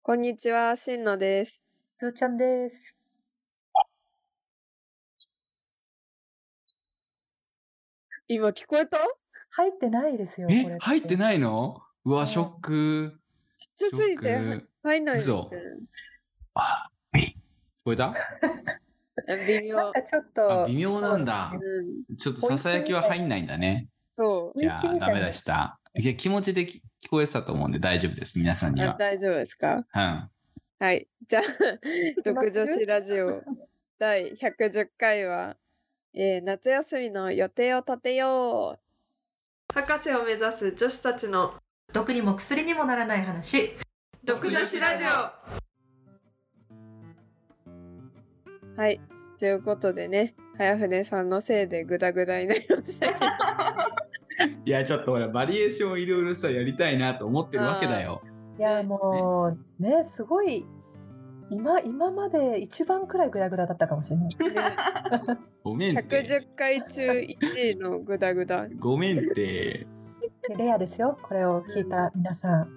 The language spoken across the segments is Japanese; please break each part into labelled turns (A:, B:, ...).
A: こんにちは、しんのです。
B: つーちゃんです。
A: 今聞こえたちっ
B: 入ってないですよ。これ
C: え、入って
B: い。
C: ないのう
B: うん
C: わ、ショック。
A: ちゃすぎて
C: ショック
A: 入んないですね
C: 嘘あ、はい。聞こえた
A: え微
B: なん
A: 妙。
B: かちょっと、
C: あ微妙なんだ
B: そう。
A: うん。
C: ちょっとささやきは入んないんだね。
A: そ
B: です
C: じ
B: ね
C: ゃあ、ダメでした。いや、気持ちでき聞こえてたと思うんで大丈夫です。皆さん
A: う。
C: に
A: あ
C: は。
A: 大丈夫ですか
C: うん。
A: はい。じ ゃあ、
B: きます
A: 独女子ラジオ第110回は、えー夏休みの予定を立てよう。博士を目指す女子たちの
B: 毒にも薬にもならない話。
A: 独
B: 女子ラジ
A: オはいということでね早船さんのせいでグダグダになりましたけど
C: いや、ちょっと俺、バリエーションをいろいろさ、やりたいなと思ってるわけだよ。
B: いや、もう、ね、すごい、今、今まで一番くらいグダグダだったかもしれない。
C: ごめんって。
A: 110回中1位のグダグダ
C: ごめんって。
B: でレアですよ、これを聞いた皆さん。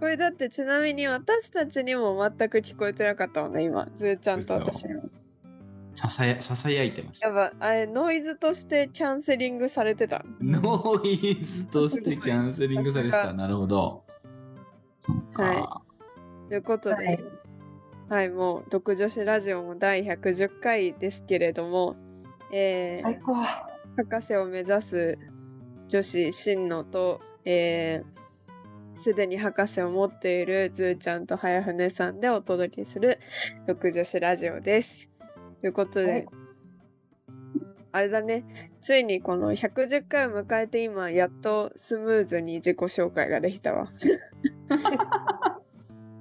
A: これだってちなみに私たちにも全く聞こえてなかったもんね今ずーちゃんと私にも
C: ささや、ささやいてまし
A: や
C: た
A: っ。ぱあれノイズとしてキャンセリングされてた
C: ノイズとしてキャンセリングされてた。なるほど。そっか。
A: はいということで、は
B: はいい、
A: もう「独女子ラジオ」も第110回ですけれども、えー
B: 最高。
A: 博士を目指す女子真野とえーすで、に博士を持っているずーちゃんと早船さんでお届けする「独女子ラジオ」です。ということで、
B: はい
A: あれだねついにこの110回を迎えて今やっとスムーズに自己紹介ができたわ。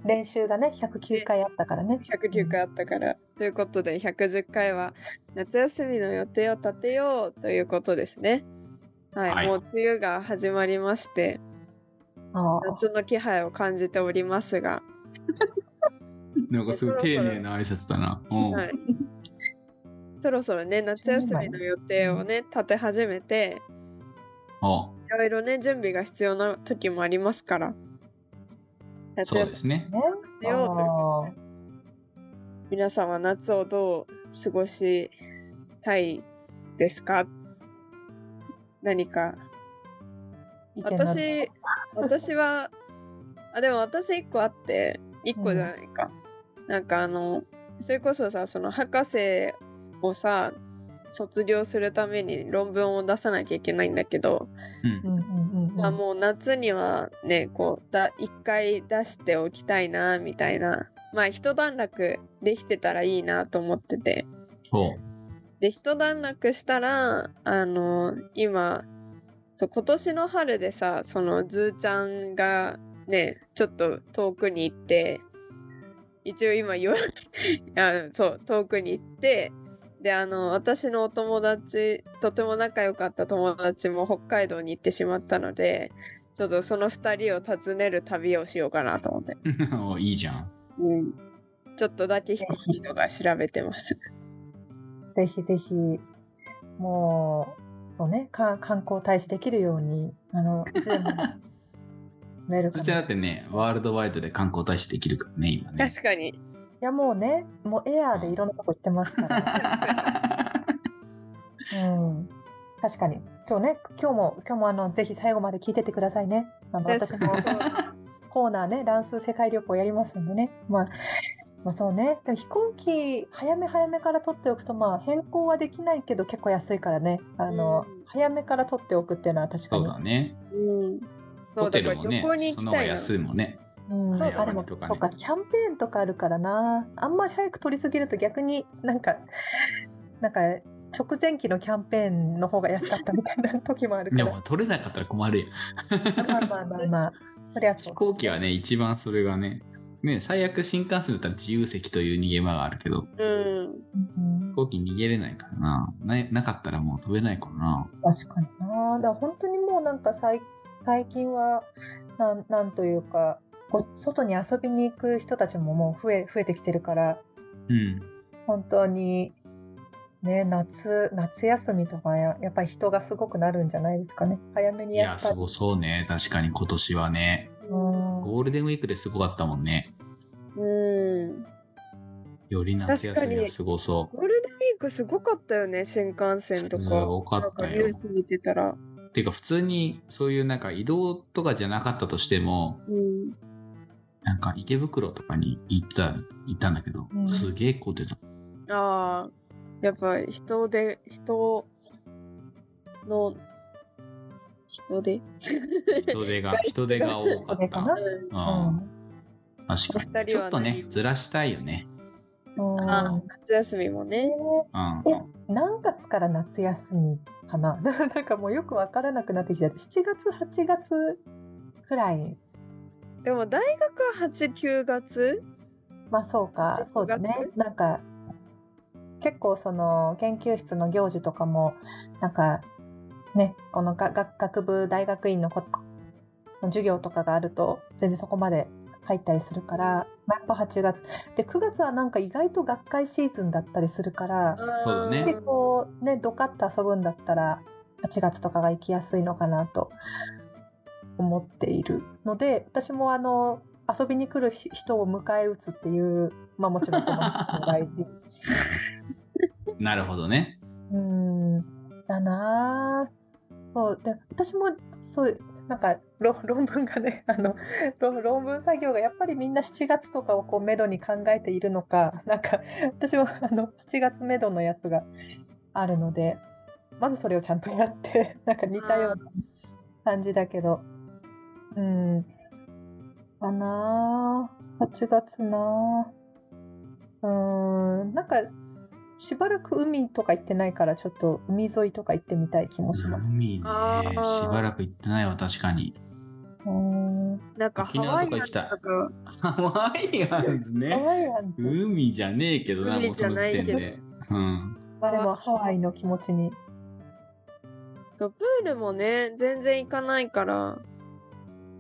B: 練習がね、109回あったからね。
A: 109回あったから。ということで110回は夏休みの予定を立てようということですね。はい、
C: はい
A: もう梅雨が始まりまして
B: あー
A: 夏の気配を感じておりますが、
C: なんかすごい丁寧な挨拶だな。うん
A: はい、そろそろね夏休みの予定をね立て始めて
C: あ
A: いろいろね準備が必要な時もありますから夏
C: そう
A: 休
C: ですね。
B: ね。
A: みを立てようという
B: あー
A: 皆さんは夏をどう過ごしたいですか何か
B: 意見なんで
A: 私私はあでも私一個あって一個じゃないか、なんかあのそれこそさその博士をさ卒業するために論文を出さなきゃいけないんだけど、
C: うん
B: う。んうんうん
A: まあ
B: うん。
A: もう夏にはねこうだ一回出しておきたいなみたいなまあ一段落できてたらいいなと思ってて
C: そう。
A: で一段落したらあの今そう今年の春でさそのずーちゃんがねちょっと遠くに行って一応今言わ あそう遠くに行ってであの私のお友達とても仲良かった友達も北海道に行ってしまったのでちょっとその2人を訪ねる旅をしようかなと思って、
C: おいいじゃん。
A: うん、ちょっとだけ飛行機とか調べてます。
B: ぜひぜひ、もう、そうね、か観光大使できるように、あの、いつでもメールか
C: そ
B: な
C: ちらだってね、ワールドワイドで観光大使できるからね、今ね。
A: 確かに
B: いや、もうね、もうエアーでいろんなとこ行ってますから。うん。確かに。そうね、今日も、今日もあの、ぜひ最後まで聞いてってくださいね。あの、私
A: 確か
B: も
A: に
B: コーナーね、乱数世界旅行やりますんでね。まあ、まあ、そうね。でも飛行機、早め早めから取っておくと、まあ、変更はできないけど、結構安いからね。あの、
A: うん
B: 早めから取っておくっていうのは確か
C: そう
B: に。
C: だね。
A: うん。そう
C: ホ
A: だ
C: テ
A: か
C: ル
A: ら
C: もね
A: 旅行に、行
C: その
A: き
C: 方が
A: たいな。
C: 安いもんね。
B: うん、
A: 早
B: あでも
C: 割とかね
B: そうかキャンペーンとかあるからなあんまり早く取りすぎると逆になんかなんか直前期のキャンペーンの方が安かったみたいな時もあるか
C: で
B: ら
C: も取れなかったら困るよ。
B: まあまあまあまあそりゃそ
C: 飛
B: う
C: 行機はね、一番それがね、ね、最悪新幹線だったら自由席という逃げ場があるけど、
A: うん。
B: うん
C: 飛行機逃げれないからな。ななかったらもう飛べないからな。
B: 確かになだから本当にもうなんか最最近はなんなんというかこう外に遊びに行く人たちももう増え増えてきてるから
C: うん。
B: 本当にね夏夏休みとかややっぱり人がすごくなるんじゃないですかね早め
C: い
B: にやっ
C: や、
B: ぱり
C: そうそうね。確かに今年はね。
B: うん
C: ゴールデンウィークですごかったもんね。
A: うん。
C: より夏休みを過ごそ
A: ゴールデンウィークすごかったよね、新幹線と
C: う。
A: か。
C: すごか
A: なん
C: っ
A: か
C: た
A: ニュ
C: よ
A: ー。ス見てたら。
C: ていうか普通にそういうなんか移動とかじゃなかったとしても、
A: うん。
C: なんか池袋とかに行った、行ったんだけど、
B: うん
C: すげえ混んでた。
A: ああ、やっぱ人で、人の、人で、
C: 人 手が、人手が多か
B: それ
C: っ
B: か
C: た。
B: な。
A: うん、
C: うん、確
A: お二
C: か
A: 人
C: に。ち
A: は
C: ょっとね
A: 何、
C: ずらしたいよね。
B: うんうん
A: あ夏休みもね。
C: うん。
B: 何月から夏休みかな なんかもうよく分からなくなってきちゃって7月8月くらい
A: でも大学は8、9月
B: まあそうか
A: 8
B: そうだね
A: 月
B: なんか結構その研究室の行事とかもなんかねこのが学学部大学院のこの授業とかがあると全然そこまで入ったりするから、まあ、やっぱ8月で9月はなんか意外と学会シーズンだったりするから、
C: そうだね
B: でこうねドカッと遊ぶんだったら8月とかが行きやすいのかなと思っているので私もあの遊びに来る人を迎え撃つっていうまあもちろんその大事
C: なるほどね。
B: うんだなあそうで私もそうなんかろ論文がね あのろ論文作業がやっぱりみんな7月とかをこうめどに考えているのか なんか私も あの7月めどのやつがあるのでまずそれをちゃんとやって なんか似たような感じだけどうんだなあ8月なあうんなんかしばらく海とか行ってないからちょっと海沿いとか行ってみたい気もします。
C: 海ね
A: あ、ー
C: しばらく行ってないわ、確かに。
B: うん
A: なんかハ
C: 沖
A: ワ
C: 縄
A: イアン
C: とか行
A: ズ
C: き
A: と
C: たい
A: か、
C: ハワイアンズ
B: ハ
C: ね。
B: ワイアンズ
C: 海じゃねえけどな、も
A: 海
C: う
A: じ
C: そ
A: ゃ
C: の
A: ない
C: 時
A: け
C: 点
A: ど
C: で。うん。
B: まあでもハワイの気持ちに。
A: そうプールもね、全然行かないから。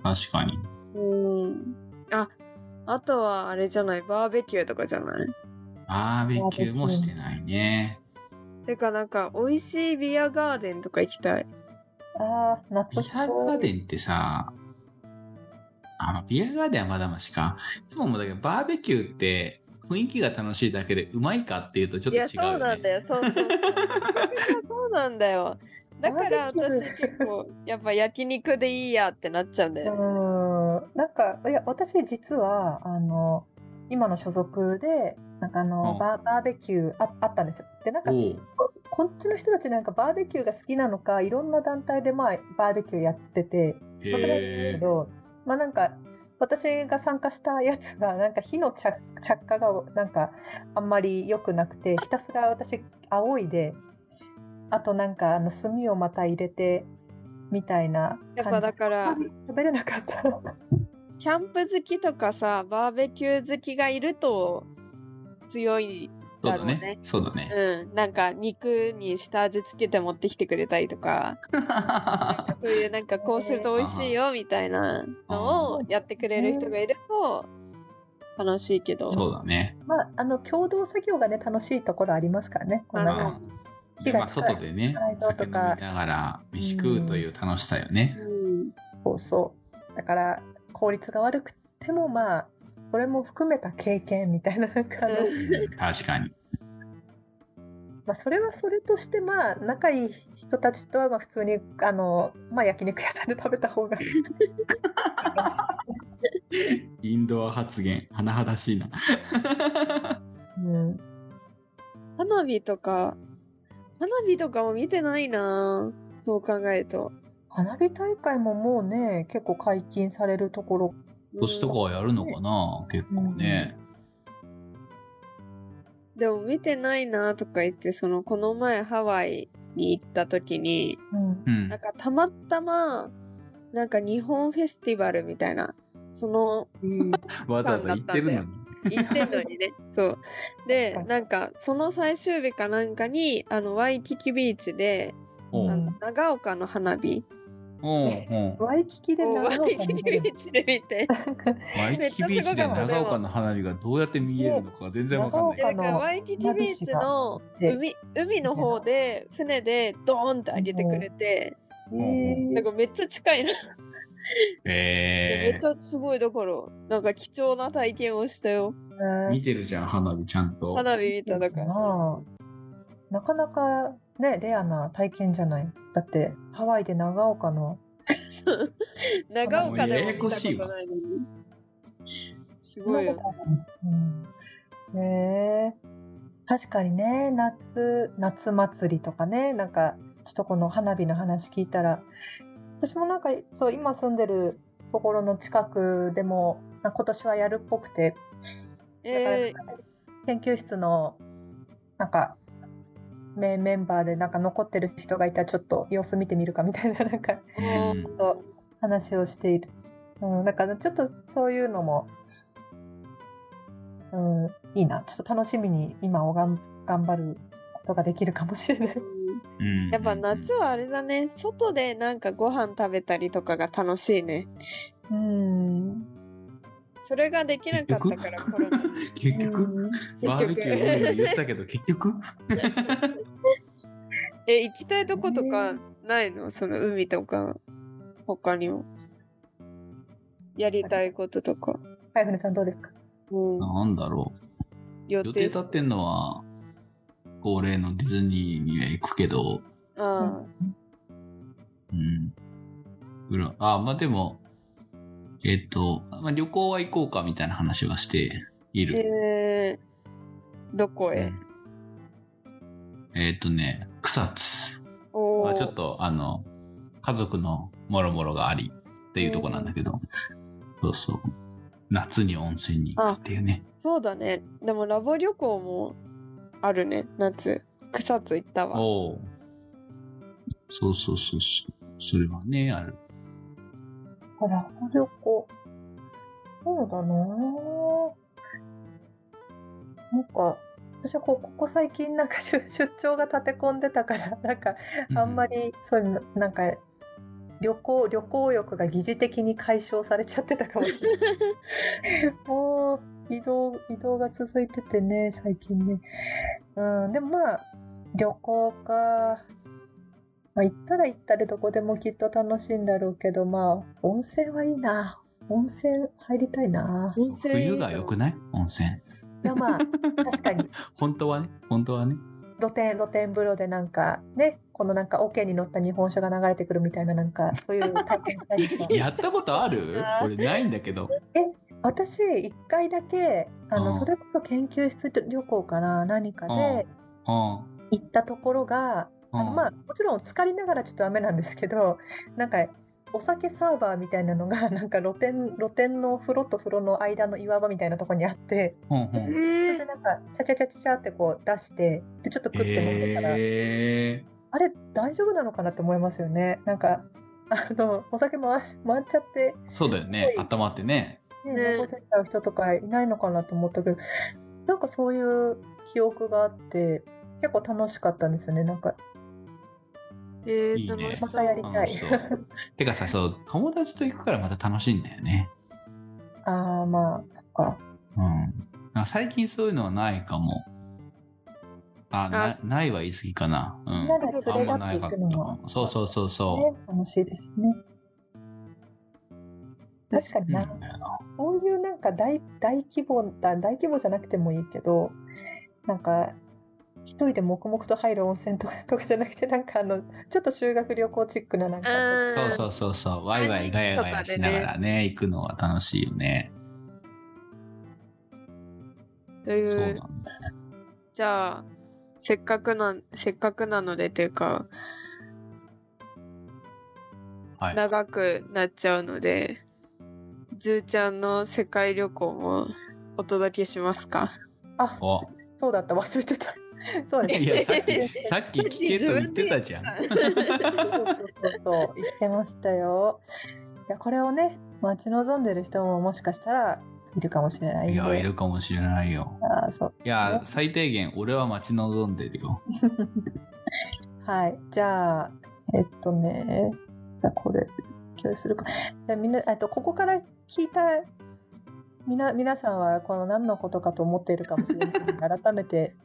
C: 確かに。
A: うん。あ、あとはあれじゃない、バーベキューとかじゃない
C: バーベキューもしてないね。
A: てかなんか、美味しいビアガーデンとか行きたい。
B: ああ、夏
C: ビ
B: っ
C: アガ
B: ぽ
C: ー
B: い。
C: デンってさ、あ、まあビアガーデンはまだましか。いつももうだけど、バーベキューって雰囲気が楽しいだけでうまいかっていうとちょっ
A: い
C: と違
A: や、そ
C: う、ね。
A: うなんだよ。そうそう。そうなんだよ。だから
B: バーベ
A: 私
B: キュー
A: 結構、やっぱ焼肉でいいやってなっちゃうんだ
B: う
A: よね。
B: ん、なんかいや私実はあの今の所属でなんかあの、
C: うん
B: バーバーベキューああったんですよ。でなんか
C: おう
B: ここっちの人たちなんかバーベキューが好きなのかいろんな団体でまあバーベキューやってて。
C: へ
B: まあそれはいいんですけ
C: え。
B: ど、まあなんか私が参加したやつがなんか火の着着火がなんかあんまり良くなくてひたすら私仰いであとなんかあの炭をまた入れてみたいな
A: やっぱ
B: 感じ
A: だから、
B: 食べれなかった
A: キャンプ好きとかさ、バーベキュー好きがいると強い。
C: そう
A: だ
C: だ
A: ろうね
C: ね。そうだね。
A: うん、なんか肉に下味つけて持ってきてくれたりとかなんかそういうなんかこうすると美味しいよみたいなのをやってくれる人がいると楽しいけど
C: そうだね。
B: まああの共同作業がね楽しいところありますからねこうなん
A: あ
B: か
A: の
C: でまあ、外でね
B: はい、そう
C: 酒
B: と
C: 飲
B: か
C: みながら飯食うという楽しさよね。
A: うん、
B: そうそうだから効率が悪くてもまあそれも含めた経験みたいななんかあの
A: うん
C: うん確かに。
B: まあ、それはそれとしてまあ仲いい人たちとはまあ普通にあの、まあ、焼肉屋さんで食べた方が
C: インドア発言、甚だしいな。
B: うん
A: 花火とか花火とかも見てないなぁそう考えると
B: 花火大会ももうね結構解禁されるところ
C: 年とかはやるのかな結構ね。
A: うんでも見てないなぁとか言ってそのこの前ハワイに行った時に
B: うん
C: うん
A: なん。かたまたまなんか日本フェスティバルみたいなその
C: わざわざ言ってるのに。
A: 行ってんのにね そうで
B: 確かに
A: なんかその最終日かなんかにあのワイキキビーチで
C: お
A: あ
C: う
A: の長岡の花火
C: おうおう
B: ワイキキで
A: を
B: 長
A: ワ
B: 岡
A: イ
B: に
A: キキビーチで見て
C: ワイキキビーチで長岡の花火がどうやって見えるのかが全然わかん
B: ね
C: ない。
A: でなんかワイキキビーチの海海の方で船でドーンって上げてくれて、
B: えー
A: なんかめっちゃ近いなめ
C: え
A: っちゃすごいだからなんか貴重な体験をしたよ
C: ー、見てるじゃん花火ちゃんと
A: 花火見ただからさ
B: なかなかねレアな体験じゃないだってハワイで長岡の
A: そう長岡でも見たことないのにすごいよね
B: うん、ねえ確かにね夏夏祭りとかねなんかちょっとこの花火の話聞いたら私もなんかそう今住んでるところの近くでもあ今年はやるっぽくて、
A: えー
B: だから研究室のなんかメメンバーでなんか残ってる人がいたらちょっと様子見てみるかみたいななんか
C: うん
B: と話をしている。うん、だからちょっとそういうのも、うん、いいな。ちょっと楽しみに今をがん頑張ることができるかもしれない。
C: うん
A: やっぱ夏はあれだね外でなんかご飯食べたりとかが楽しいね
B: うん。
A: それができなかったからコロナ
C: 結局
B: うん
C: バーベキューいいの言ってたけど結局
A: え行きたいとことかないのその海とか他にもやりたいこととか、
B: ハイフネさんどうですか
A: うん、
C: なんだろ
A: 予
C: う予定
A: 定
C: 立ってんのは恒例のディズニーには行くけど
A: あ
C: うんうらあまあでもえっと、まあ、旅行は行こうかみたいな話はしてい
A: あ
C: る、
A: えー、どこへ、
C: うんえっとね草津
A: おお
C: はちょっとあの家族のもろもろがありっていうとこなんだけど、そうそう夏に温泉に行くっていうね
A: そうだねでもラボ旅行もあるね夏草津行ったわ
C: おおそうそうそうそうそれはねある
B: ほら、旅行。そうだなぁなんか、私はこうここ最近なんか出出張が立て込んでたから、なんかあんまりそういうのなんか旅行旅行欲が疑似的に解消されちゃってたかもしれない もう移動移動が続いててね最近ねうんでもまあ旅行か、まあ、行ったら行ったでどこでもきっと楽しいんだろうけどまあ温泉はいいな温泉入りたいな
A: 温泉
C: 冬が良くない温泉
B: いやまあ確かに
C: 本当はね本当は ね
B: 露天露天風呂でなんかねこのなんか桶に乗った日本酒が流れてくるみたいななんかそういう体験したりとか
C: やったことある俺ないんだけど
B: 私一回だけあの、
C: うん
B: それこそ研究室旅行かな何かで
C: うん
B: 行ったところが、
C: うん
B: あのまあもちろん浸かりながらちょっとダメなんですけどなんかお酒サーバーみたいなのがなんか露天露天の風呂と風呂の間の岩場みたいなところにあって
C: うんう
A: え
C: ん
B: それ
A: ー
B: でなんかチャチャチャチャチャってこう出してでちょっと食って飲んでたら、
C: え
B: あれ大丈夫なのかなって思いますよねなんかあのお酒回し回っちゃって
C: ーそうだよね頭ってね
B: ね、
A: ね
B: 残せちゃう人とかいないのかなと思ったけどなんかそういう記憶があって結構楽しかったんですよねなんか
A: えー
C: いいね
A: 楽しそ
B: ま
A: う
B: たやりた
C: 楽
B: い
C: しそう てかさそう友達と行くからまた楽しいんだよね
B: ああまあそっか
C: うんなんか最近そういうのはないかもあなないは言い過ぎかなう
B: み
C: ん
B: んなで連れ
A: そ
B: 立
A: う
C: あんま
B: っ
C: な
B: て
C: い
B: い
C: かっ
B: く
C: た
B: のも、ね、
C: そうそうそうそう
B: 楽しいですね確かに
C: うん
B: な、
C: だよな
B: そういうなんか大大規模だ大規模じゃなくてもいいけどなんか一人で黙々と入る温泉とか とかじゃなくてなんかあのちょっと修学旅行チックななんか
A: うん
C: そうそうそうそうワイワイガヤガヤしながらね行くのは楽しいよね
A: とい
C: そうなん
A: う
C: だよ
A: じゃあせっかくなせっかくなのでというか
C: はい
A: 長くなっちゃうので、ズーちゃんの世界旅行もお届けしますか。
B: あ
C: お
B: そうだった忘れてた そうです
C: いやさっき さっき
A: さっき
C: 聞けと言ってたじゃん。
A: 自分で言った
B: そうそうそうそう言ってましたよ。いやこれをね待ち望んでる人ももしかしたらいるかもしれないん
C: い
B: で。
C: や、いるかもしれないよ。
B: あーそう。
C: いや、最低限俺は待ち望んでるよ。
B: はいじゃあえっとねじゃあこれ共有するか。じゃあみんなえっとここから聞いた。みな皆さんはこの何のことかと思っているかもしれない ので改めて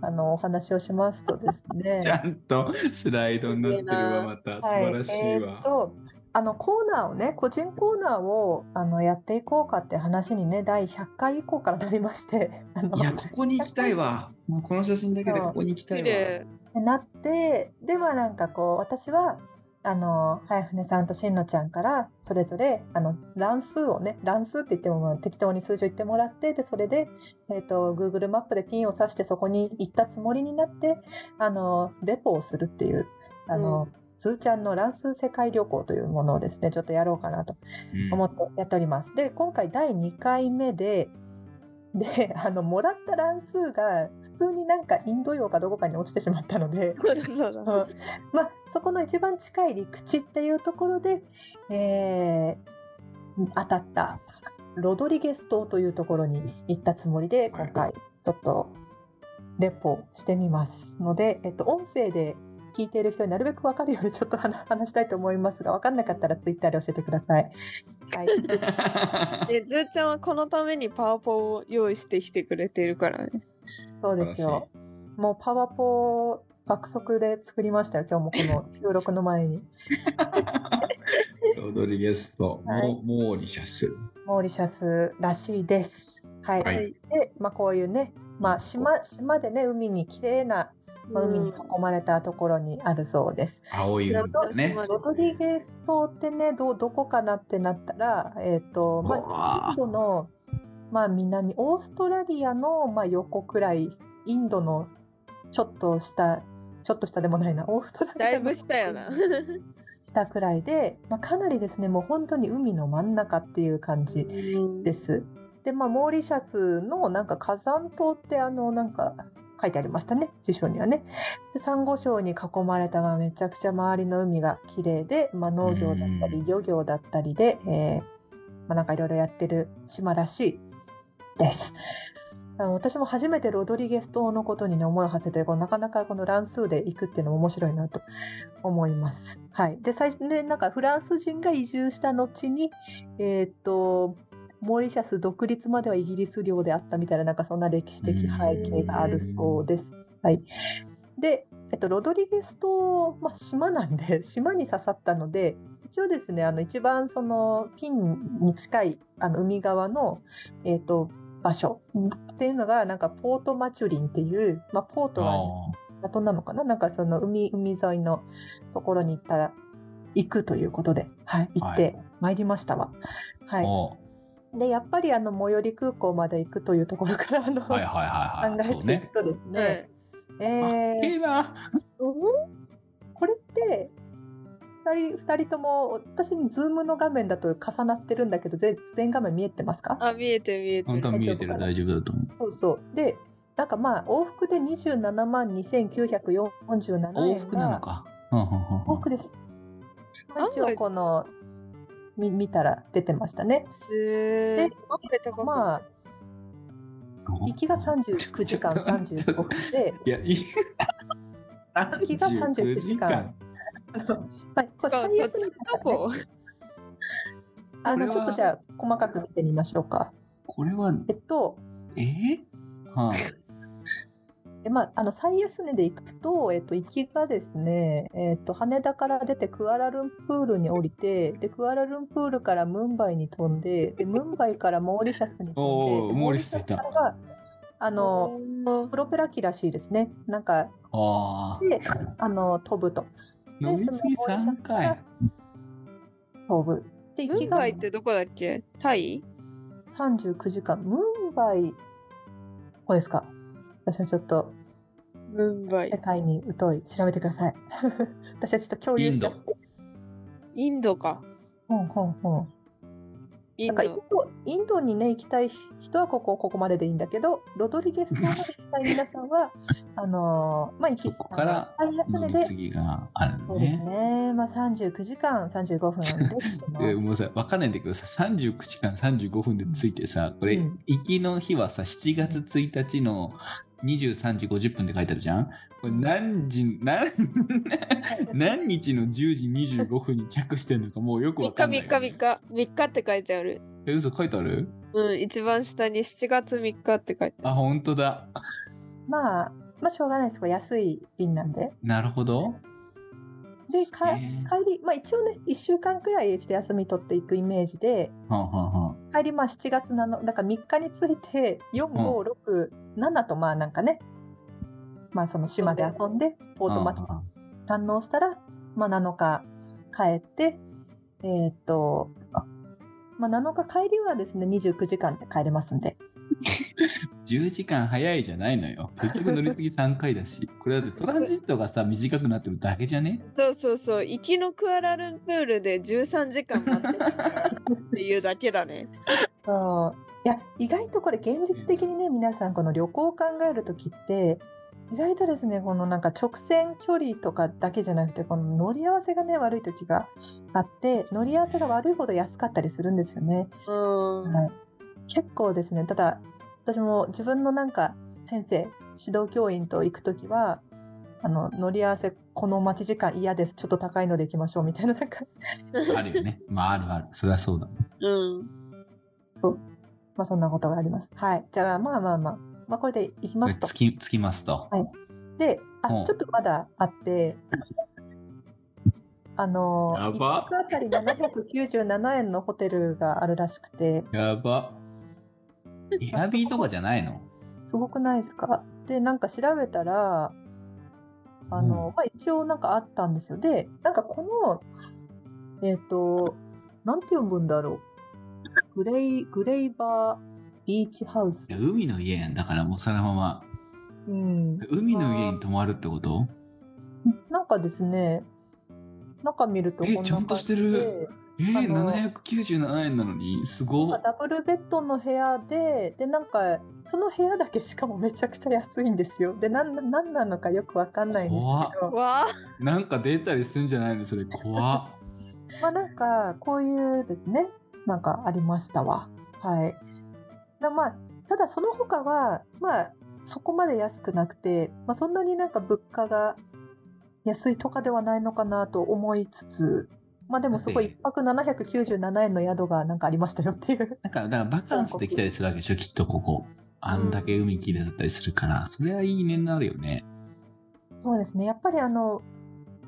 B: あのお話をしますとですね
C: ちゃんとスライドになってるわ、また。素晴らしい
B: はいえーっ
C: わ。
B: とあのコーナーをね個人コーナーをあのやっていこうかって話にね第100回以降からなりましてあの
C: いや、ここに行きたいわ。もうこの写真だけでここに行きたい
A: 綺
C: わ。
A: 麗。
B: なってでまあなんかこう私はあの早船さんとしんのちゃんからそれぞれあの乱数をね乱数って言ってもまあ適当に数字を言ってもらってでそれで、えー、と Google マップでピンを刺してそこに行ったつもりになってあのレポをするっていうあの、ズーちゃんの乱数世界旅行というものをですねちょっとやろうかなと
C: うん
B: 思ってやっております。で今回第2回目でであのもらった乱数が普通になんかインド洋かどこかに落ちてしまったので、
A: そうだそうだ。
B: まあ、そこの一番近い陸地っていうところで、えー当たったロドリゲス島というところに行ったつもりで今回ちょっとレポしてみますので、えっと、音声で聞いている人になるべく分かるようにちょっと話話したいと思いますが分かんなかったらツイッターで教えてください。はい
A: で、ずーちゃんはこのためにパワポを用意してきてくれているからね。
B: そうですよ。もうパワポ爆速で作りましたよ、今日もこの収録の前に。
C: ロドリゲスと、
B: はい
C: モモーリシャス。
B: モーリシャスらしいです。はい。
C: はい
B: で、まあ、こういうね、まあ、島島でね、海に綺麗な、まあ、海に囲まれたところにあるそうです。
C: 青い海だね。
B: ロドリゲス島ってね、どどこかなってなったら、えっ、と、まあ、イン
C: あ
B: ドの、まあ、南、オーストラリアの、まあ、横くらい、インドのちょっと下、ちょっと下でもないな、オーストラリア
A: だ
B: の
A: いぶしたよな。
B: したくらいで、まあ、かなりですねもう本当に海の真ん中っていう感じです。でまあモーリシャスのなんか火山島ってあのなんか書いてありましたね辞書にはね。でサンゴ礁に囲まれた、まあ、めちゃくちゃ周りの海が綺麗で、まあ、農業だった
C: う
B: り
C: ん
B: 漁業だったりで、えーまあ、なんかいろいろやってる島らしいです。あの私も初めてロドリゲス島のことに、ね、思いを馳せてこうなかなかこの乱数で行くっていうのも面白いなと思います。はい、で最初でなんかフランス人が移住した後に、えーっとモーリシャス独立まではイギリス領であったみたいななんかそんな歴史的背景があるそうです。はい、で、えっと、ロドリゲス島、まあ、島なんで 島に刺さったので一応ですねあの一番そのピンに近いあの海側の、えっと場所っていうのがなんかポートマチュリンっていう、まあ、ポー
C: あ
B: トは
C: ー。
B: 港なのかななんかその海海沿いのところに行ったら行くということで、はい、行ってまいりましたわ。はい
C: お
B: でやっぱりあの最寄り空港まで行くというところからあの、
C: うはいはいはいはい。
B: 考
C: そう
B: えてい
C: ね
B: く。とですね
A: はい
B: え
C: あい
B: ー
C: いな。
B: うんこれって2人二人とも私にズームの画面だと重なってるんだけど全全画面見えてますか
A: あ、見えて見えて
C: 本当
A: る。
C: は見えてる大丈夫だと思う。
B: そうそうでなんかまあ往復で27万2947円が
C: 往復なのか。うんうんうん
B: 往復です。
A: 案外
B: 一応この見見たら出てましたね。
A: へ
B: で
A: え。あ見えたか
B: まあ
C: うん
B: 行きが39時間35分で、
C: いや、いい。
B: 行きが39時間。まあ、こ
A: し
B: れ
A: かも
B: 最
A: 途
B: 安
A: 中
B: 値
A: どこ
B: あ
C: これ
B: の
C: は
B: ちょっとじゃあ細かく見てみましょうか。
C: これは、
B: えっと、
C: えーはい。
B: えまあ、あの最安値で行くと、えっと、行きがですね、えっと、羽田から出てクアラルンプールに降りてでクアラルンプールからムンバイに飛んででムンバイからモーリシャスに飛んでで
C: おーモーリシャス
B: からはあの
A: あ
B: プロペラ機らしいですねなんか
C: ああ。
B: であの飛ぶと
C: 飲みすぎ3回。
B: 飛ぶで行
A: ム
B: き
A: ン
B: が
A: バイってどこだっけタイ
B: 39時間ムンバイここですか私はちょっと
A: ムンバ
B: 世。界に疎い調べてください 私はちょっと共
C: イ
B: 有
C: ン
B: して
C: ド。
A: インドか。
B: ほんほんほん
A: イン
B: なんかイン
A: ド。
B: ドインドにね行きたい人はここここまででいいんだけどロドリゲス島まで行きたい皆さんはあのーまあ行き
C: そこから
B: 最安
C: 飲
B: 値
C: み
B: です
C: ぎがある
B: そ
C: の
B: うです
C: ね。
B: ねまあ39時間35分で行きま す
C: えーごめんなさい、わかんないんだけどさ、39時間35分でついてさ、これ、
B: うん
C: 行きの日はさ、7月1日の23時50分で書いてあるじゃんこれ何時、何、 何日の10時25分に着してんのかもうよくわ
A: 3
C: か
A: 日
C: んない、ね。
A: 3日3日3日って書いてある。
C: え、嘘書いてある
A: うん、一番下に7月3日って書いてあ
C: あ、
A: る。
C: 本当だ。
B: まあまあしょうがないですこれ安い便なんで
C: なるほど。
B: でか
C: ね
B: 帰り、まあ、一応ね1週間くらいして休み取っていくイメージで
C: はあはあは
B: 帰りまあ7月7日だから3日について4567とまあなんかね、まあその島で遊んで
C: あ
B: オートマチック
C: あ
B: 堪能したら、まあ、7日帰ってえーっとまあ7日帰りはですね29時間で帰れますんで
C: あ10時間早いじゃない のよ。結局乗り継ぎ3回だし。これだってトランジットがさ、短くなってるだけじゃね
A: そうそうそう行きのクアラルンプールで13時間待ってたからっていうだけだね
B: そういや意外とこれ現実的にね皆さんこの旅行を考える時って意外とですねこのなんか直線距離とかだけじゃなくてこの乗り合わせがね悪い時があって乗り合わせが悪いほど安かったりするんですよね。
A: うん
B: はい、結構ですねただ私も自分のなんか先生指導教員と行く時はあの乗り合わせこの待ち時間嫌ですちょっと高いので行きましょうみたいななんか
C: あるよね。まああるある。そりゃそうだ。
A: うん
B: そうまあそんなことがあります。はいじゃあまあまあまあまあこれで行きますと
C: つ。きつきますと。
B: で、あ、
C: うん
B: ちょっとまだあって、あの、
C: やば
B: 1泊あたり797円のホテルがあるらしくて、
C: やば。エアビーとかじゃないの
B: すごくないですかで、なんか調べたら、あの、まあ一応なんかあったんですよ。で、なんかこの、えっ、と、なんて読むんだろう。グレイ、グレイバービーチハウス
C: いや。海の家やんだからもうそのまま。
B: うん。
C: 海の家に泊まるってこと
B: なんかですね、中見るとこんな
C: えちゃんとしてる
B: 感じで
C: えー、
B: あの
C: 797円なのに、すご
B: まあ
C: っ。
B: ダブルベッドの部屋で、で、なんか、その部屋だけしかもめちゃくちゃ安いんですよ。で、なん、なんなのかよくわかんないんですけど、
A: わあ
C: なんか出たりするんじゃないのそれ怖っ。
B: まあなんか、こういうですね、なんかありましたわ。はい。だまあ、ただその他は、まあ、そこまで安くなくて、まあそんなになんか物価が安いとかではないのかなと思いつつ、まあでもそこ
C: だって
B: 1泊797円の宿がなんかありましたよっていう。
C: だから、だからバカンスできたりするわけでしょ、きっとここ。あんだけ海きれいだったりするから、それはいいねになるよね。
B: そうですね。やっぱりあの、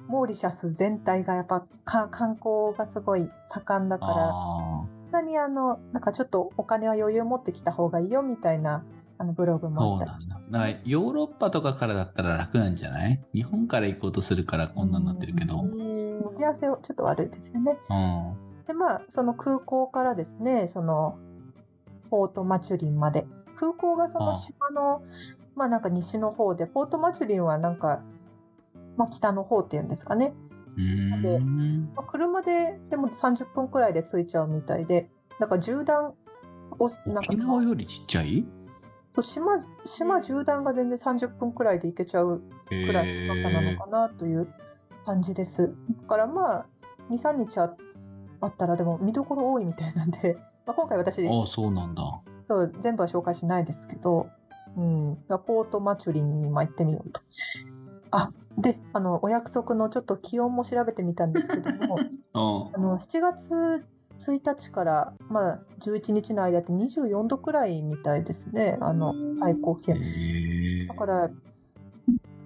B: モーリシャス全体がやっぱか観光がすごい盛んだから、
C: ああ、
B: そんなにあの、なんかちょっとお金は余裕持ってきた方がいいよみたいなあのブログ
C: そ
B: も
C: う
B: あった
C: な
B: り
C: んだ。だからヨーロッパとかからだったら楽なんじゃない日本から行こうとするからこんなになってるけど。
B: う
C: うん
B: 盛り合わせをちょっと悪いですよね。
C: ん。
B: で、まあ、その空港からですね、その、ポートマチュリンまで。空港がその島の、まあなんか西の方で、ポートマチュリンはなんか、まあ北の方っていうんですかね。
C: うーん。
B: まあ車ででも30分くらいで着いちゃうみたいで、なんか縦断、おなんか
C: 沖
B: そ
C: 縄
B: の
C: よりちっちゃい
B: そう島島縦断が全然30分くらいで行けちゃうくらいの長さなのかなという感じです。だからまあ、2、3日ああったら、でも見どころ多いみたいなんで、 まあ、今回私
C: え、ーああ、そうなんだ。
B: そう全部は紹介しないですけど、うん、だからポートマチュリンにまあ行ってみようと。あであのお約束のちょっと気温も調べてみたんですけども。
C: うん
B: あ。の7月1日から、まあ、11日の間って24度くらいみたいですね、あの最高気
C: へ
B: 温。
C: え
B: だから、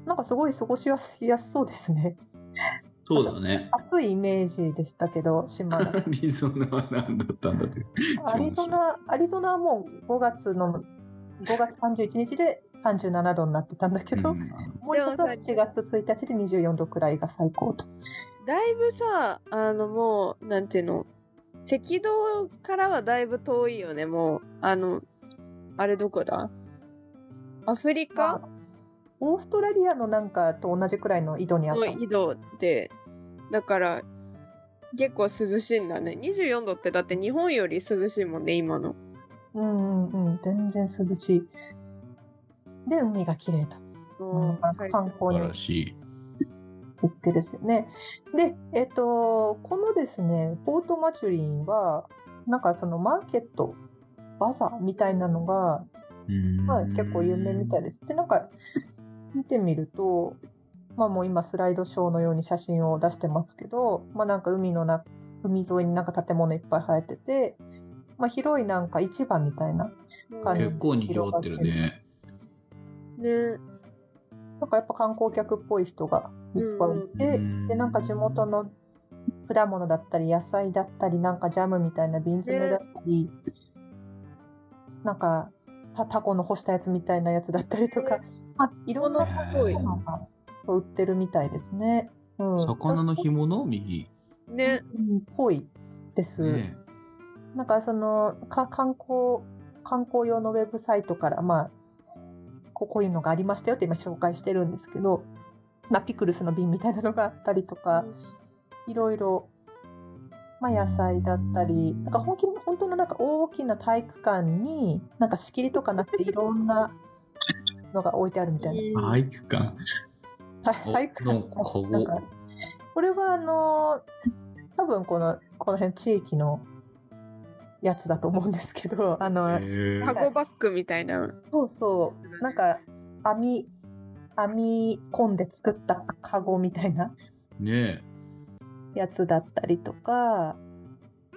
B: なんかすごい過ごしやすやすそうですね。
C: そうだね。。
B: 暑いイメージでしたけど、島だ
C: リゾナは何だったんだって。
B: アリゾナ、アリゾナはもう5月の5月31日で37度になってたんだけど、
C: う
B: も
C: ん
B: う一つは7月1日で24度くらいが最高と。
A: だいぶさあのもうなんていうの赤道からはだいぶ遠いよねもうあのあれどこだアフリカ
B: オーストラリアのなんかと同じくらいの緯度にあっ
A: の
B: たもん
A: 緯度でだから結構涼しいんだね24度ってだって日本より涼しいもんね今の
B: うんうんうん、全然涼しい。で、海が綺麗と。
A: もう
B: なんか
A: 最
B: 観
A: 高
B: 光に
C: 素晴
B: う
C: らしい。。
B: ってつけですよね。で、えっ、と、このですね、ポートマチュリンは、なんかそのマーケット、バザーみたいなのが、まあ、結構有名みたいですす。で、なんか、見てみると、まあもう今スライドショーのように写真を出してますけど、まあなんか海のな、海沿いになんか建物いっぱい生えてて、まあ広いなんか市場みたいな、感じ
C: 結構にぎわってるね。
A: ね
B: なんかやっぱ観光客っぽい人がいっぱいいて、
C: うん
B: でなんか地元の果物だったり野菜だったりなんかジャムみたいな瓶詰めだったり、なんかたタコの干したやつみたいなやつだったりとか、あいろんな
A: すごい
B: ものが売ってるみたいですね。うん、
C: 魚の干物右。
A: ね。
B: うんぽいです。
C: ね
B: なんかそのか観光観光用のウェブサイトから、まあ、ここういうのがありましたよって今紹介してるんですけど、まあ、ピクルスの瓶みたいなのがあったりとか、いろいろ、まあ、野菜だったりなんか本気本当のなんか大きな体育館になんか仕切りとかなくていろんなのが置いてあるみたいな。
C: えあいつか。お
B: 体育
C: なん
B: 館
C: かこう
B: なんかこれはあの多分このこの辺地域のやつだと思うんですけどあの、
C: へ
A: タ
C: ー
A: コバッグみたいな。
B: そうそうなんか網編み込んで作ったカゴみたいな
C: ね
B: やつだったりとか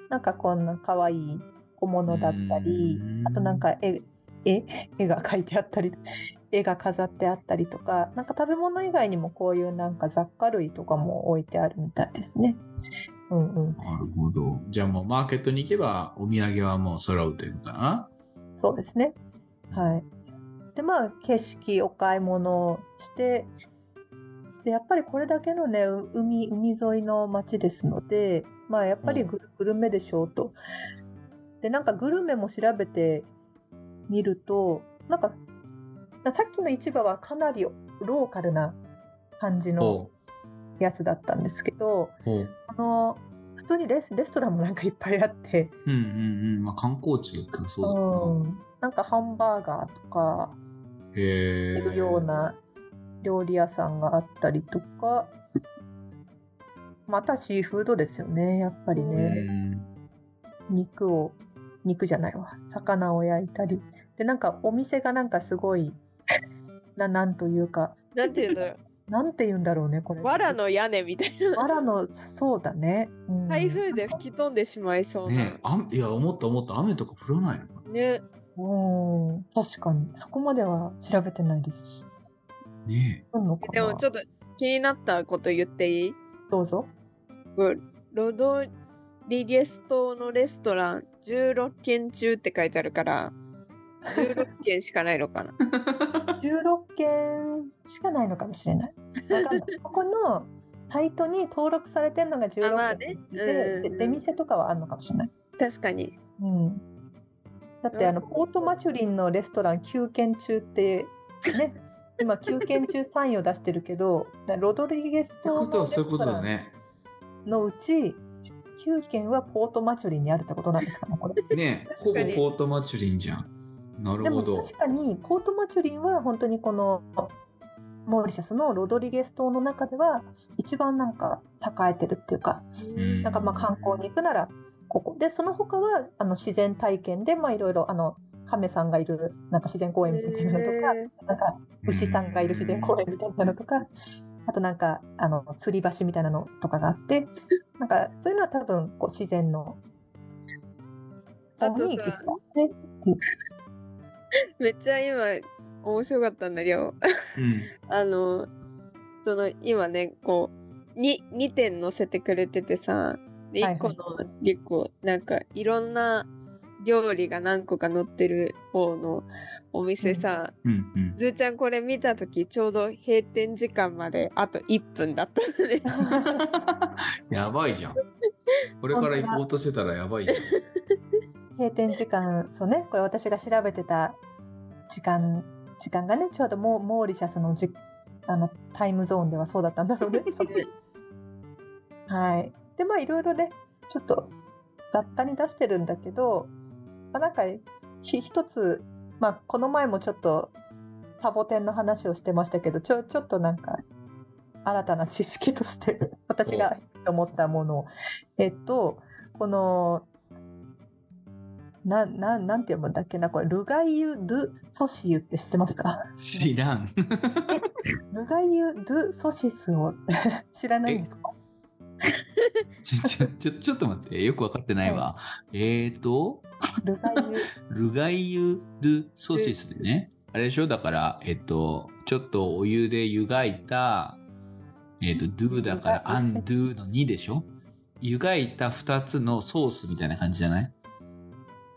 B: なんかこんな可愛い小物だったり
C: うーん
B: あとなんか絵絵絵が描いてあったり 絵が飾ってあったりとかなんか食べ物以外にもこういうなんか雑貨類とかも置いてあるみたいですね。うんうん、
C: なるほど。じゃあもうマーケットに行けばお土産はもう揃うということかな。
B: そうですね。はい。で、まあ、景色、お買い物をして、で、やっぱりこれだけのね、う海、海沿いの町ですので、まあ、やっぱり
C: うん
B: グルグルメでしょうと。で、なんかグルメも調べてみると、なんか、さっきの市場はかなりローカルな感じの
C: ほ
B: やつだったんですけど、
C: うほう。
B: あの、普通にレスレストランもなんかいっぱいあって、
C: うんうんうん。まあ観光地だったらそうだ
B: う
C: よ
B: ん、なんかハンバーガーとか、
C: な。
B: い
C: へえ。
B: るような料理屋さんがあったりとか、またシーフードですよね、やっぱり
C: う
B: ね。
C: ん。
B: 肉を、肉じゃないわ、魚を焼いたり。で、なんかお店がなんかすごい、ななんというか、
A: なんていうん だろ
B: なんて言うんだろうね、これ。
A: う。わらの屋根みたいな。
B: わらの、そうだね。うん
A: 台風で吹き飛んでしまいそうな
C: ね。あんいや思った思った雨とか降らないのか
A: ね。
B: うん、確かに。そこまでは調べてないです。
C: なね
B: どんのかな
A: でもちょっと気になったこと言っていい
B: どうぞ。
A: ロドリゲス島のレストラン16軒中って書いてあるから16軒しかないの かな
B: 16件しかないのかもしれない。わかんないここのサイトに登録されてるのが
A: あまあね
B: 16
A: う
B: 件
A: んう
B: で、
A: ん
B: で出店とかはあるのかもしれない。
A: 確かに
B: うん、だってあの
A: うん
B: ポートマチュリンのレストラン9件中って、ね、今9件中3位を出してるけどだロドリゲス
C: って
B: 島
C: こと
B: の
C: は
B: レ
C: そういう
B: ス
C: こ
B: ト
C: と
B: ラ
C: だ
B: ン
C: ね。
B: のうち9件はポートマチュリンにあるってことなんですかねこれ。
C: ねえ、
A: 確
C: ほぼ
A: かに
C: ポートマチュリンじゃん。な
B: で
C: るほ
B: も
C: ど。
B: 確かにポートマチュリンは本当にこのモーリシャスのロドリゲス島の中では一番なんか栄えてるっていうか
C: うん
B: なんかまあ観光に行くならここでその他はあの自然体験でまあいろいろあの亀さんがいるなんか自然公園みたいなのとか
A: へー
B: なんか牛さんがいる自然公園みたいなのとかあとなんかあの吊り橋みたいなのとかがあってなんかそういうのは多分こう自然の
A: あ
B: 方
A: と
B: に行った
A: さ
B: ね
A: めっちゃ今面白かったんだけど
C: うん。
A: あのその今ねこう 2, 2点載せてくれててさで
B: はいはい
A: 1個の結構なんかいろんな料理が何個か載ってる方のお店さ、
C: うんうん。
A: ずーちゃんこれ見た時ちょうど閉店時間まであと1分だったのね
C: やばいじゃん。これから行こうとしてたらやばいじゃん。
B: 閉店時間そうねこれ私が調べてた時間時間がねちょうどモーモーリシャスのじあのタイムゾーンではそうだったんだろうね多分はいでまあいろいろねちょっと雑多に出してるんだけど、まあ、なんかひ一つ、まあ、この前もちょっとサボテンの話をしてましたけどちょちょっとなんか新たな知識として私が思ったものをえっとこのなななんて読むんだっけなこれルガイユ・ドゥ・ソシユって知ってますか
C: 知らん。
B: ルガイユ・ドゥ・ソシスを 知らないんですか
C: ちょ、ちょ、ちょ、ちょっと待って。よくわかってないわ。えーと、
B: ルガイユ
C: ルガイユ・ドゥ・ソシスでね。あれでしょだから、えっと、ちょっとお湯で湯がいた、えっ、と、do だから undo の2でしょ湯がいた2つのソースみたいな感じじゃない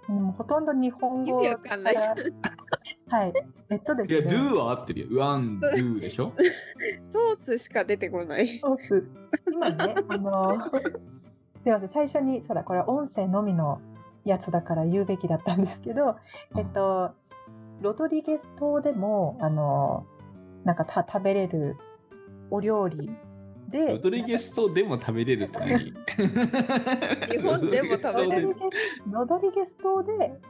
B: もうほとんど日本語
A: 意味わかんないじゃん
B: はい。えっとで
C: いや、
B: すね。
C: do は合ってるよ。undo でし ょ
A: ソースしか出てこない。
B: ソース今ね、あの、 すいません、最初に、そうだ、これは音声のみのやつだから言うべきだったんですけど、えっと、ロドリゲス島でも、あの、なんかた食べれるお料理で、
C: ロドリゲス島でも食べれるって何
A: 日本で も食べれ
B: ロドリゲスロドリゲス島で、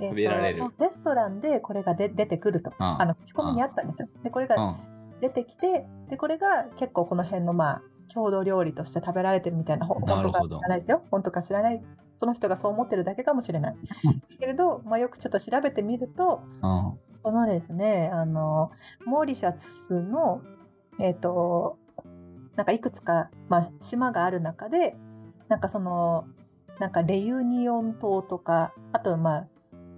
B: えっ
C: 食べられる
B: レストランでこれがで出てくると、
C: あ
B: あの口コミにあったんですよ。で、これが
C: うん
B: 出てきてでこれが結構この辺のまあ郷土料理として食べられてるみたいなほ
C: な
B: 本
C: る
B: 当
C: ほ
B: か
C: ど
B: 知らないですよ本当か知らないその人がそう思ってるだけかもしれない けれど、まあ、よくちょっと調べてみると
C: うん
B: このですねあのモーリシャスのえっ、となんかいくつか、まあ、島がある中でなんかそのなんかレユニオン島とかあとまあ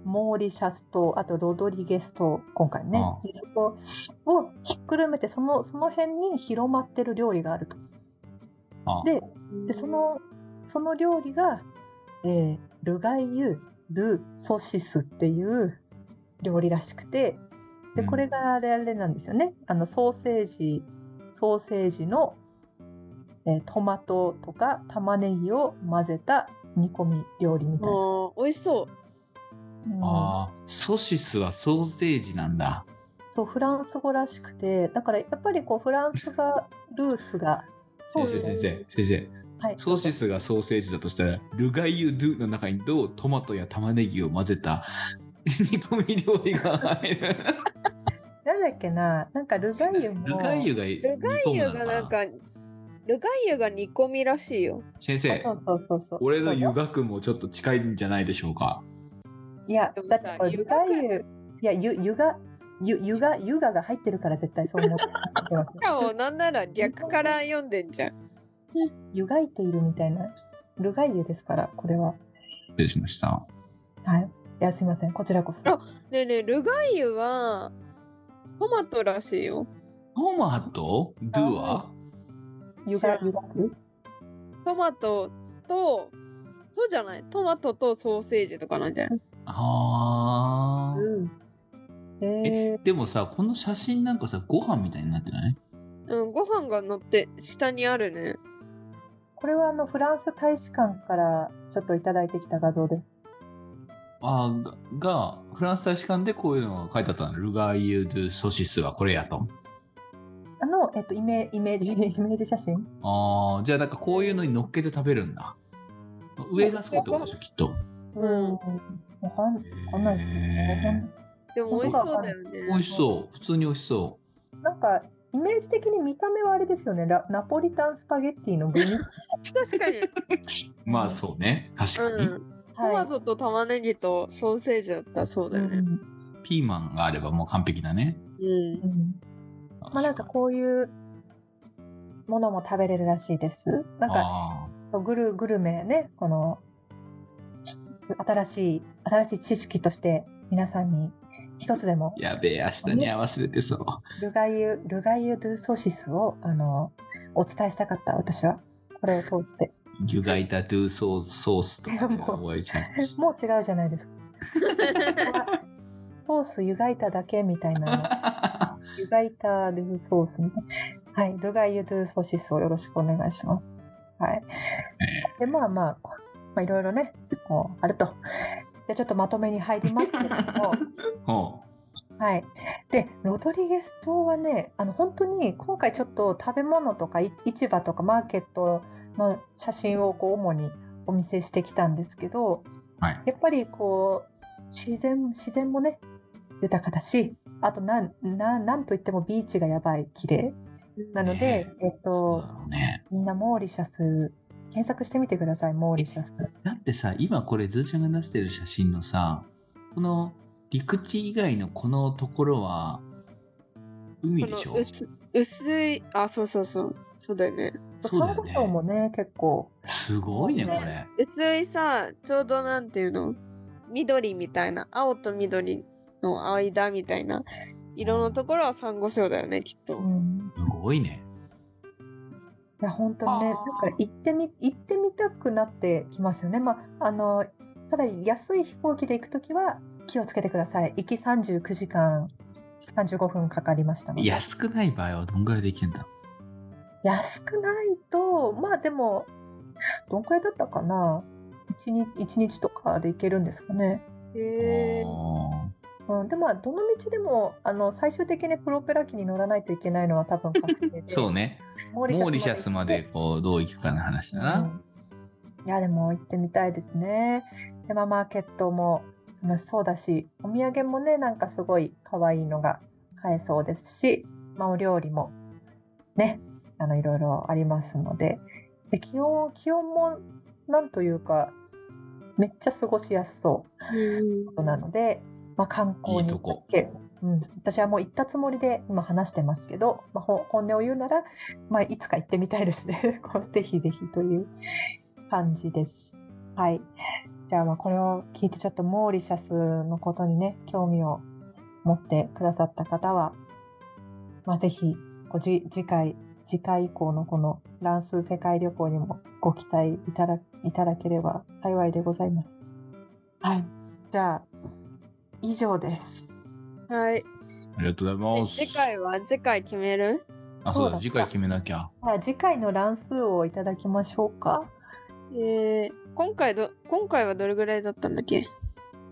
B: モーリシャス島あとロドリゲス島今回ね
C: ああ
B: そこをひっくるめてそのその辺に広まってる料理があると。
C: あ
B: ででそのその料理が、えールガイユ・ドゥ・ソシスっていう料理らしくてで
C: うん
B: これがあれあれなんですよねあのソーセージソーセージの、えートマトとか玉ねぎを混ぜた煮込み料理みたいな。
A: もう美味しそう。
B: うん
C: あーソシスはソーセージなんだ。
B: そうフランス語らしくてだからやっぱりこうフランスがルーツ がそう
C: 先
B: です
C: 生
B: ね
C: 先生先生。
B: はい
C: ソーシスがソーセージだとしたらルガイユ・ドゥの中にどうトマトや玉ねぎを混ぜた煮込み料理が入る。
B: なんだっけななんかルガイユも
C: ルガイユが煮
A: ルガ
C: 込
A: イ
C: む
A: ユが
C: の
A: な
C: かなん
A: か、ルガイユが煮込みらしいよ。
C: 先
B: あ
C: 生
B: そうそうそうそう
C: 俺
B: そ
C: の
B: う
C: 湯がくもちょっと近いんじゃないでしょうか。
B: いや
A: でも
B: だ
A: さ
B: ってこれ
A: 湯
B: ル
A: が
B: ガ
A: く
B: イユいやゆ湯がゆ湯が湯がが入ってるから絶対そう思ってます
A: しかもなんなら逆から読んでんじゃん。
B: 湯がいているみたいなルガイユですからこれは
C: 失礼しました。
B: はいいやすいませんこちらこそ
A: あねえねえ、ルガイユはトマトらしいよ。
C: トマトドゥは
B: 湯が湯がく
A: トマトと、そうじゃないトマトとソーセージとかなんじゃない
C: あー
B: うんえー
C: でもさこの写真なんかさご飯みたいになってない
A: うん、ご飯が乗って下にあるね。
B: これはあのフランス大使館からちょっといただいてきた画像です
C: あーががフランス大使館でこういうのが書いてあったのルガイユ・ドゥ・ソシスはこれやと。
B: あの、えっと、イメイメージ、イメージ写真。
C: あーじゃあなんかこういうのに乗っけて食べるんだ。上がそうってことでしょきっと。
A: うん
B: わかん、わかんないですね。
A: でも美味しそうだよね。
C: 美味しそう普通に美味しそ
B: なんか、イメージ的に見た目はあれですよね。ラナポリタンスパゲッティの具に。
A: 確かに。
C: う。まあそうね確か
A: う
C: に、
A: ん。トマトと玉ねぎとソーセージだったらそうだよ
B: う
A: ね。
B: ん
C: ピーマンがあればもう完璧だね。
A: うん。
B: うんまあ、なんかこういう。ものも食べれるらしいです。なんか、
C: あ
B: グル、グルメね、この。し新しい、新しい知識として、皆さんに。一つでも
C: ーやべえ明日に合わせてそう。
B: ルガイユ、ルガイユ・ドゥ・ソシスを、あの、お伝えしたかった、私は。これを通 って。
C: 湯がいたドゥソーソースとかで覚えちゃう。
B: もう違うじゃな いですか。ソース湯がいただけみたいな。湯がいたドゥ・ソースみたいな。はい。ルガイユ・ドゥ・ソシスをよろしくお願いします。はい。で、まあまあ、こうまあ、いろいろね、こう、あると。で、ちょっとまとめに入りますけれど も。
C: ほ
B: はい、でロドリゲス島はねあの本当に今回ちょっと食べ物とかい市場とかマーケットの写真をこう主にお見せしてきたんですけど
C: うはい。
B: やっぱりこう自然自然もね豊かだしあとなんなんなんといってもビーチがやばい綺麗なので
C: ね、
B: えっ
C: そうだ
B: と、
C: ろうね。
B: みんなモーリシャス検索してみてくださいモーリシャス。
C: だってさ、今これ、ズーちゃんが出してる写真のさ、この陸地以外のこのところは、海
A: こ
C: でし
A: の
C: ょ
A: 薄薄い、あ、そうそうそう。そうだよね。
C: そうだよ
B: サーモ
C: ね。
B: もね結構
C: すごいね、これ。
A: 薄いさ、ちょうどなんていうの緑みたいな、青と緑の間みたいな色のところはサンゴ礁だよね、きっと
B: う。ん
C: すごいね。
B: いや本当にね、
A: あー
B: なんか行ってみ行ってみたくなってきますよね。まああのただ安い飛行機で行くときは気をつけてください。行き三十九時間三十五分かかりましたので。
C: 安くない場合はどんぐらいできるんだ
B: 安くないとまあでもどんくらいだったかな。一日一日とかで行けるんですかね。
A: へえ
C: あ
B: うん、でもまあどの道でもあの最終的にプロペラ機に乗らないといけないのは多分確定で
C: ー そうね
B: モ
C: モーリシャスまでこうどう行くかの話だな、
B: うんいやでも行ってみたいですね。でまあマーケットも楽しそうだしお土産もねなんかすごい可愛いのが買えそうですし、まあ、お料理もねあのいろいろありますのでで気温気温もなんというかめっちゃ過ごしやすそう。ことなので、まあ、観光に
C: いいとこ
B: うん、私はもう行ったつもりで今話してますけど、まあ、ほ本音を言うなら、まあ、いつか行ってみたいですね こうぜひぜひという感じです。はい、じゃあまあこれを聞いてちょっとモーリシャスのことにね興味を持ってくださった方は、まあ、ぜひごじ次回次回以降のこの乱数世界旅行にもご期待いただいただければ幸いでございます。はい。じゃあ、以上です。
A: はい
C: ありがとうござい
A: え
C: ます
A: 次回は次回決める
C: あそ
B: そ
C: うだ
B: うだ
C: 次回決めなきゃ
B: じゃあ次回の乱数をいただきましょうか。
A: えー、今回ど今回はどれぐらいだったんだっけ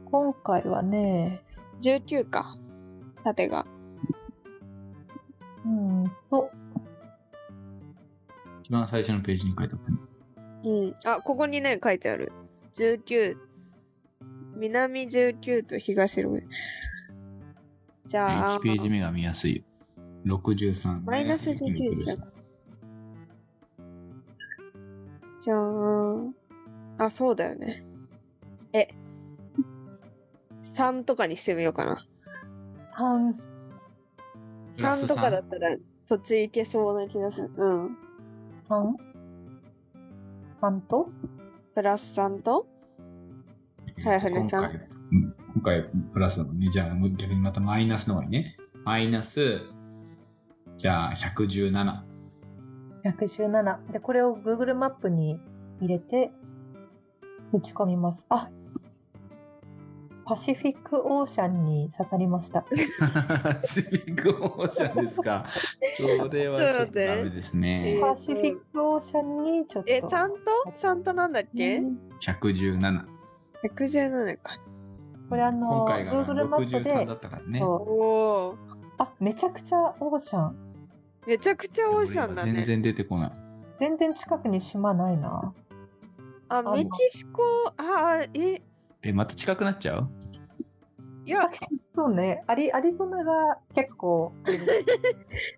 B: 今回はね、
A: 19か縦が
B: うーんと、
C: 一番最初のページに書いてある
A: うんあここにね書いてある19南19と東6じゃあ
C: 1ページ目が見やすいよ63
A: マイナス19でしたじゃああそうだよねえ3とかにしてみようかな
B: 3、
C: プラス
A: 3とかだったらそっち行けそうな気がするうん
B: 3、3と、
A: プラス3とはい船さん
C: 今回,、うん、今回プラスだもんねじゃあもう逆にまたマイナスの方にねマイナスじゃあ117
B: 117。で、これを Google マップに入れて、打ち込みます。あパシフィックオーシャンに刺さりました。
C: スピークオーシャンですかそれはちょっとダメですね
B: パシフィックオーシャンにちょっと。
A: え3と ?3 となんだっけ、
B: うん
C: 117
A: 117か
B: これあの
C: 今回が
B: Google マップで
C: 63だったからね
B: そう
A: おお
B: あめちゃくちゃオーシャン
A: めちゃくちゃオーシャンだ
C: 全
A: ね
C: 然出てこない
B: 全然近くに島ないな
A: あメキシコあーえ
C: えまた近くなっちゃう
A: いや
B: そうねアリアリゾナが結 構
A: で
B: 地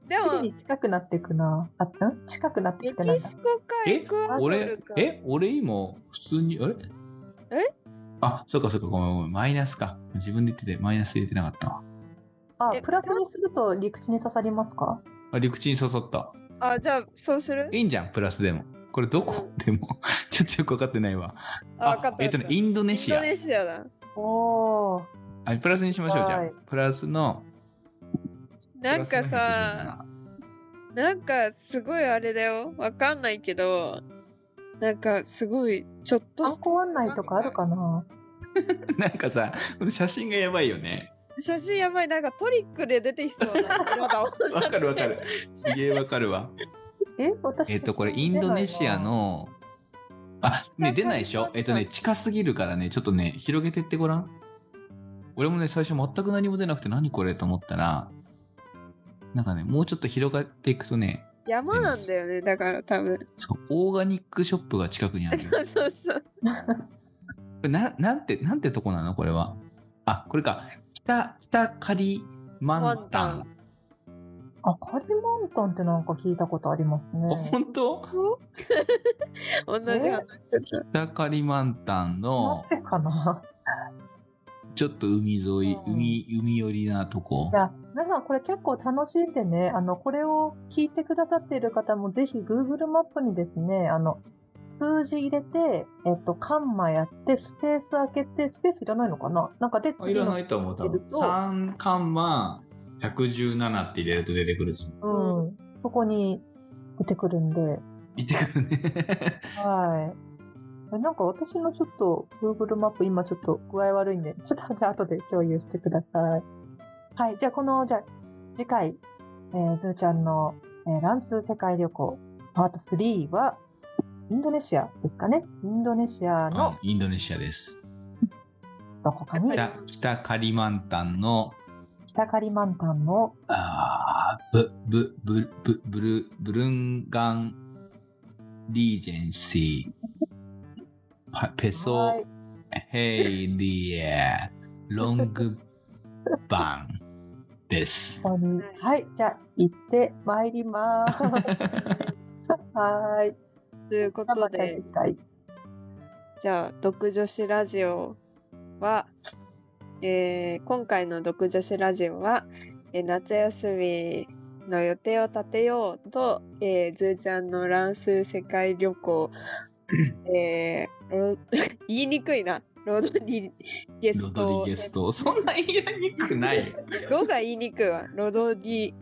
B: 理
A: も
B: に近くなってくなあん近くなって
A: メ
B: きてない
A: キシコかエ
C: え
A: クアド
C: 俺
A: ルか
C: え俺今普通にあれ
A: え
C: あそうかそうかごめんごめんマイナスか自分で言っててマイナス入れてなかったわ
B: あ
A: え
B: プラスにすると陸地に刺さりますか
C: あ陸地に刺さった
A: あじゃあそうする
C: いいんじゃんプラスでもこれどこでも ちょっとよく分かってないわ
A: あ分かった
C: えっとねイ
A: ン
C: ンド
A: ド
C: ネシア
A: インドネシアだ
B: おー
C: あプラスにしましょうじゃあ
B: はい
C: プラスの
A: なんかさなんかすごいあれだよわかんないけどなんかすごいちょっと
B: 観
A: し
B: 光案内とかあるかな
C: なんかさこの写真がやばい よね
A: 写真やばいなんかトリックで出てきそうな色だ
C: わかるわかるすげえわかるわ
B: え私
C: えっとこれインドネシアのあね出ないでしょえっとね近すぎるからねちょっとね広げてってごらん俺もね最初全く何も出なくて何これと思ったらなんかねもうちょっと広がっていくとね
A: 山なんだよねだから多分
C: そうオーガニックショップが近くに ある
A: そうそう そう
C: これななんてなんてとこなのこれはあこれか北北カリマンタン
B: あカリマンタンってなんか聞いたことあります
C: あ
B: ね
C: 本当
A: 同じ話しちゃった
C: 北カリマンタン
B: な
C: の
B: ぜかな
C: ちょっと海沿い
B: うん
C: 海海寄りなとこ
B: いや皆さんこれ結構楽しんでねあのこれを聞いてくださっている方もぜひ Google マップにですねあの数字入れて、えっと、カンマやって、スペース開けて、スペースいらないのかななんかで、
C: あいらないと思う多分3カンマ117って入れると出てくるし
B: うん、そこに出てくるんで、
C: 行ってくるね。
B: はい。えなんか私のちょっと Google マップ今ちょっと具合悪いんで、ちょっとじゃあ後で共有してください。はい。じゃあこの、じゃあ次回、えー、ズーちゃんの、えー乱数世界旅行パート3は、インドネシアですかね。インドネシア の
C: インドネシアです。
B: どこかに、
C: 北北カリマンタンの
B: 北カリマンタンの、
C: あーブブブブブルブルンガンリージェンシーパペソ
B: はい
C: ヘイリエロングバンです。
B: ここにはい。じゃあ行ってまいります。 はーい。
A: というこ
B: ま
A: と
B: た
A: で
B: 次、回。
A: じゃあ、独女子ラジオは、えー今回の独女子ラジオは、えー夏休みの予定を立てようと、えー、ずーちゃんの乱数世界旅行、えー ロ言いにくいな、ロドリゲス
C: ロド
A: ト
C: リゲ、スト。そんな言いにくくないよ。
A: ロが言いにくいわ、ロドリ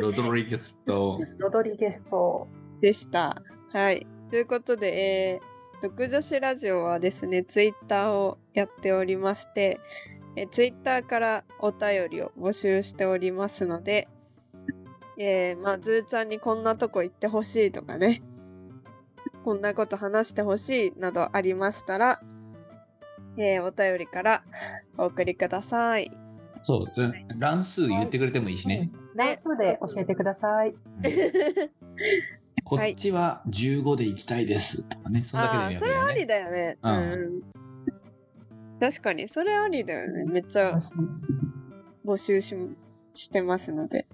C: ロドリゲスト。
B: ロドリゲスト。
A: でした。はい。ということで、えー、独女子ラジオはですね、ツイッターをやっておりまして、えー、ツイッターからお便りを募集しておりますので、えー、まあ、ずーちゃんにこんなとこ行ってほしいとかね、こんなこと話してほしいなどありましたら、えー、お便りからお送りください。
C: そう、乱数言ってくれてもいいしね。
B: 乱数で教えてください。
C: こっちは15で行きたいですとかね。そんだけで
A: あ
C: も
A: あー、
C: や
A: そ
C: る
A: れ
C: よ
A: あ
C: ね
A: りだよね。う
C: うんん
A: うん。確かに、それありだよね。めっちゃ募集ししてますので。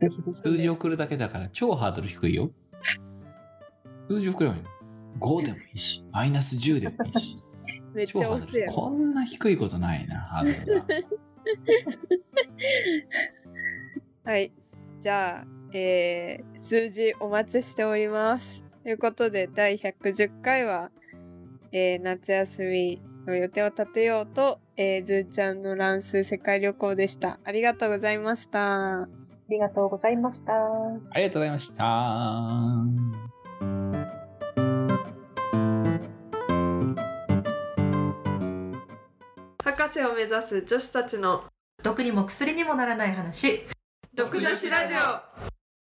B: ぜひぜひ
C: 数字送るだけだから超ハードル低いよ。数字送ればいいの。5でもいいし、マイナス10でもいいし。
A: めっ
C: 超
A: ちゃ
C: ハ
A: お
C: ード
A: せ
C: ル
A: やん。
C: こんな低いことないな、ハードルが。
A: はい。じゃあ、えー数字お待ちしております。ということで、第110回は、えー夏休みの予定を立てようと、えー、ずーちゃんの乱数世界旅行でした。ありがとうございました。
B: ありがとうございました。
C: ありがとうございました。
A: 博士を目指す女子たちの
B: 毒にも薬にもならない話。
A: 独女子ラジオ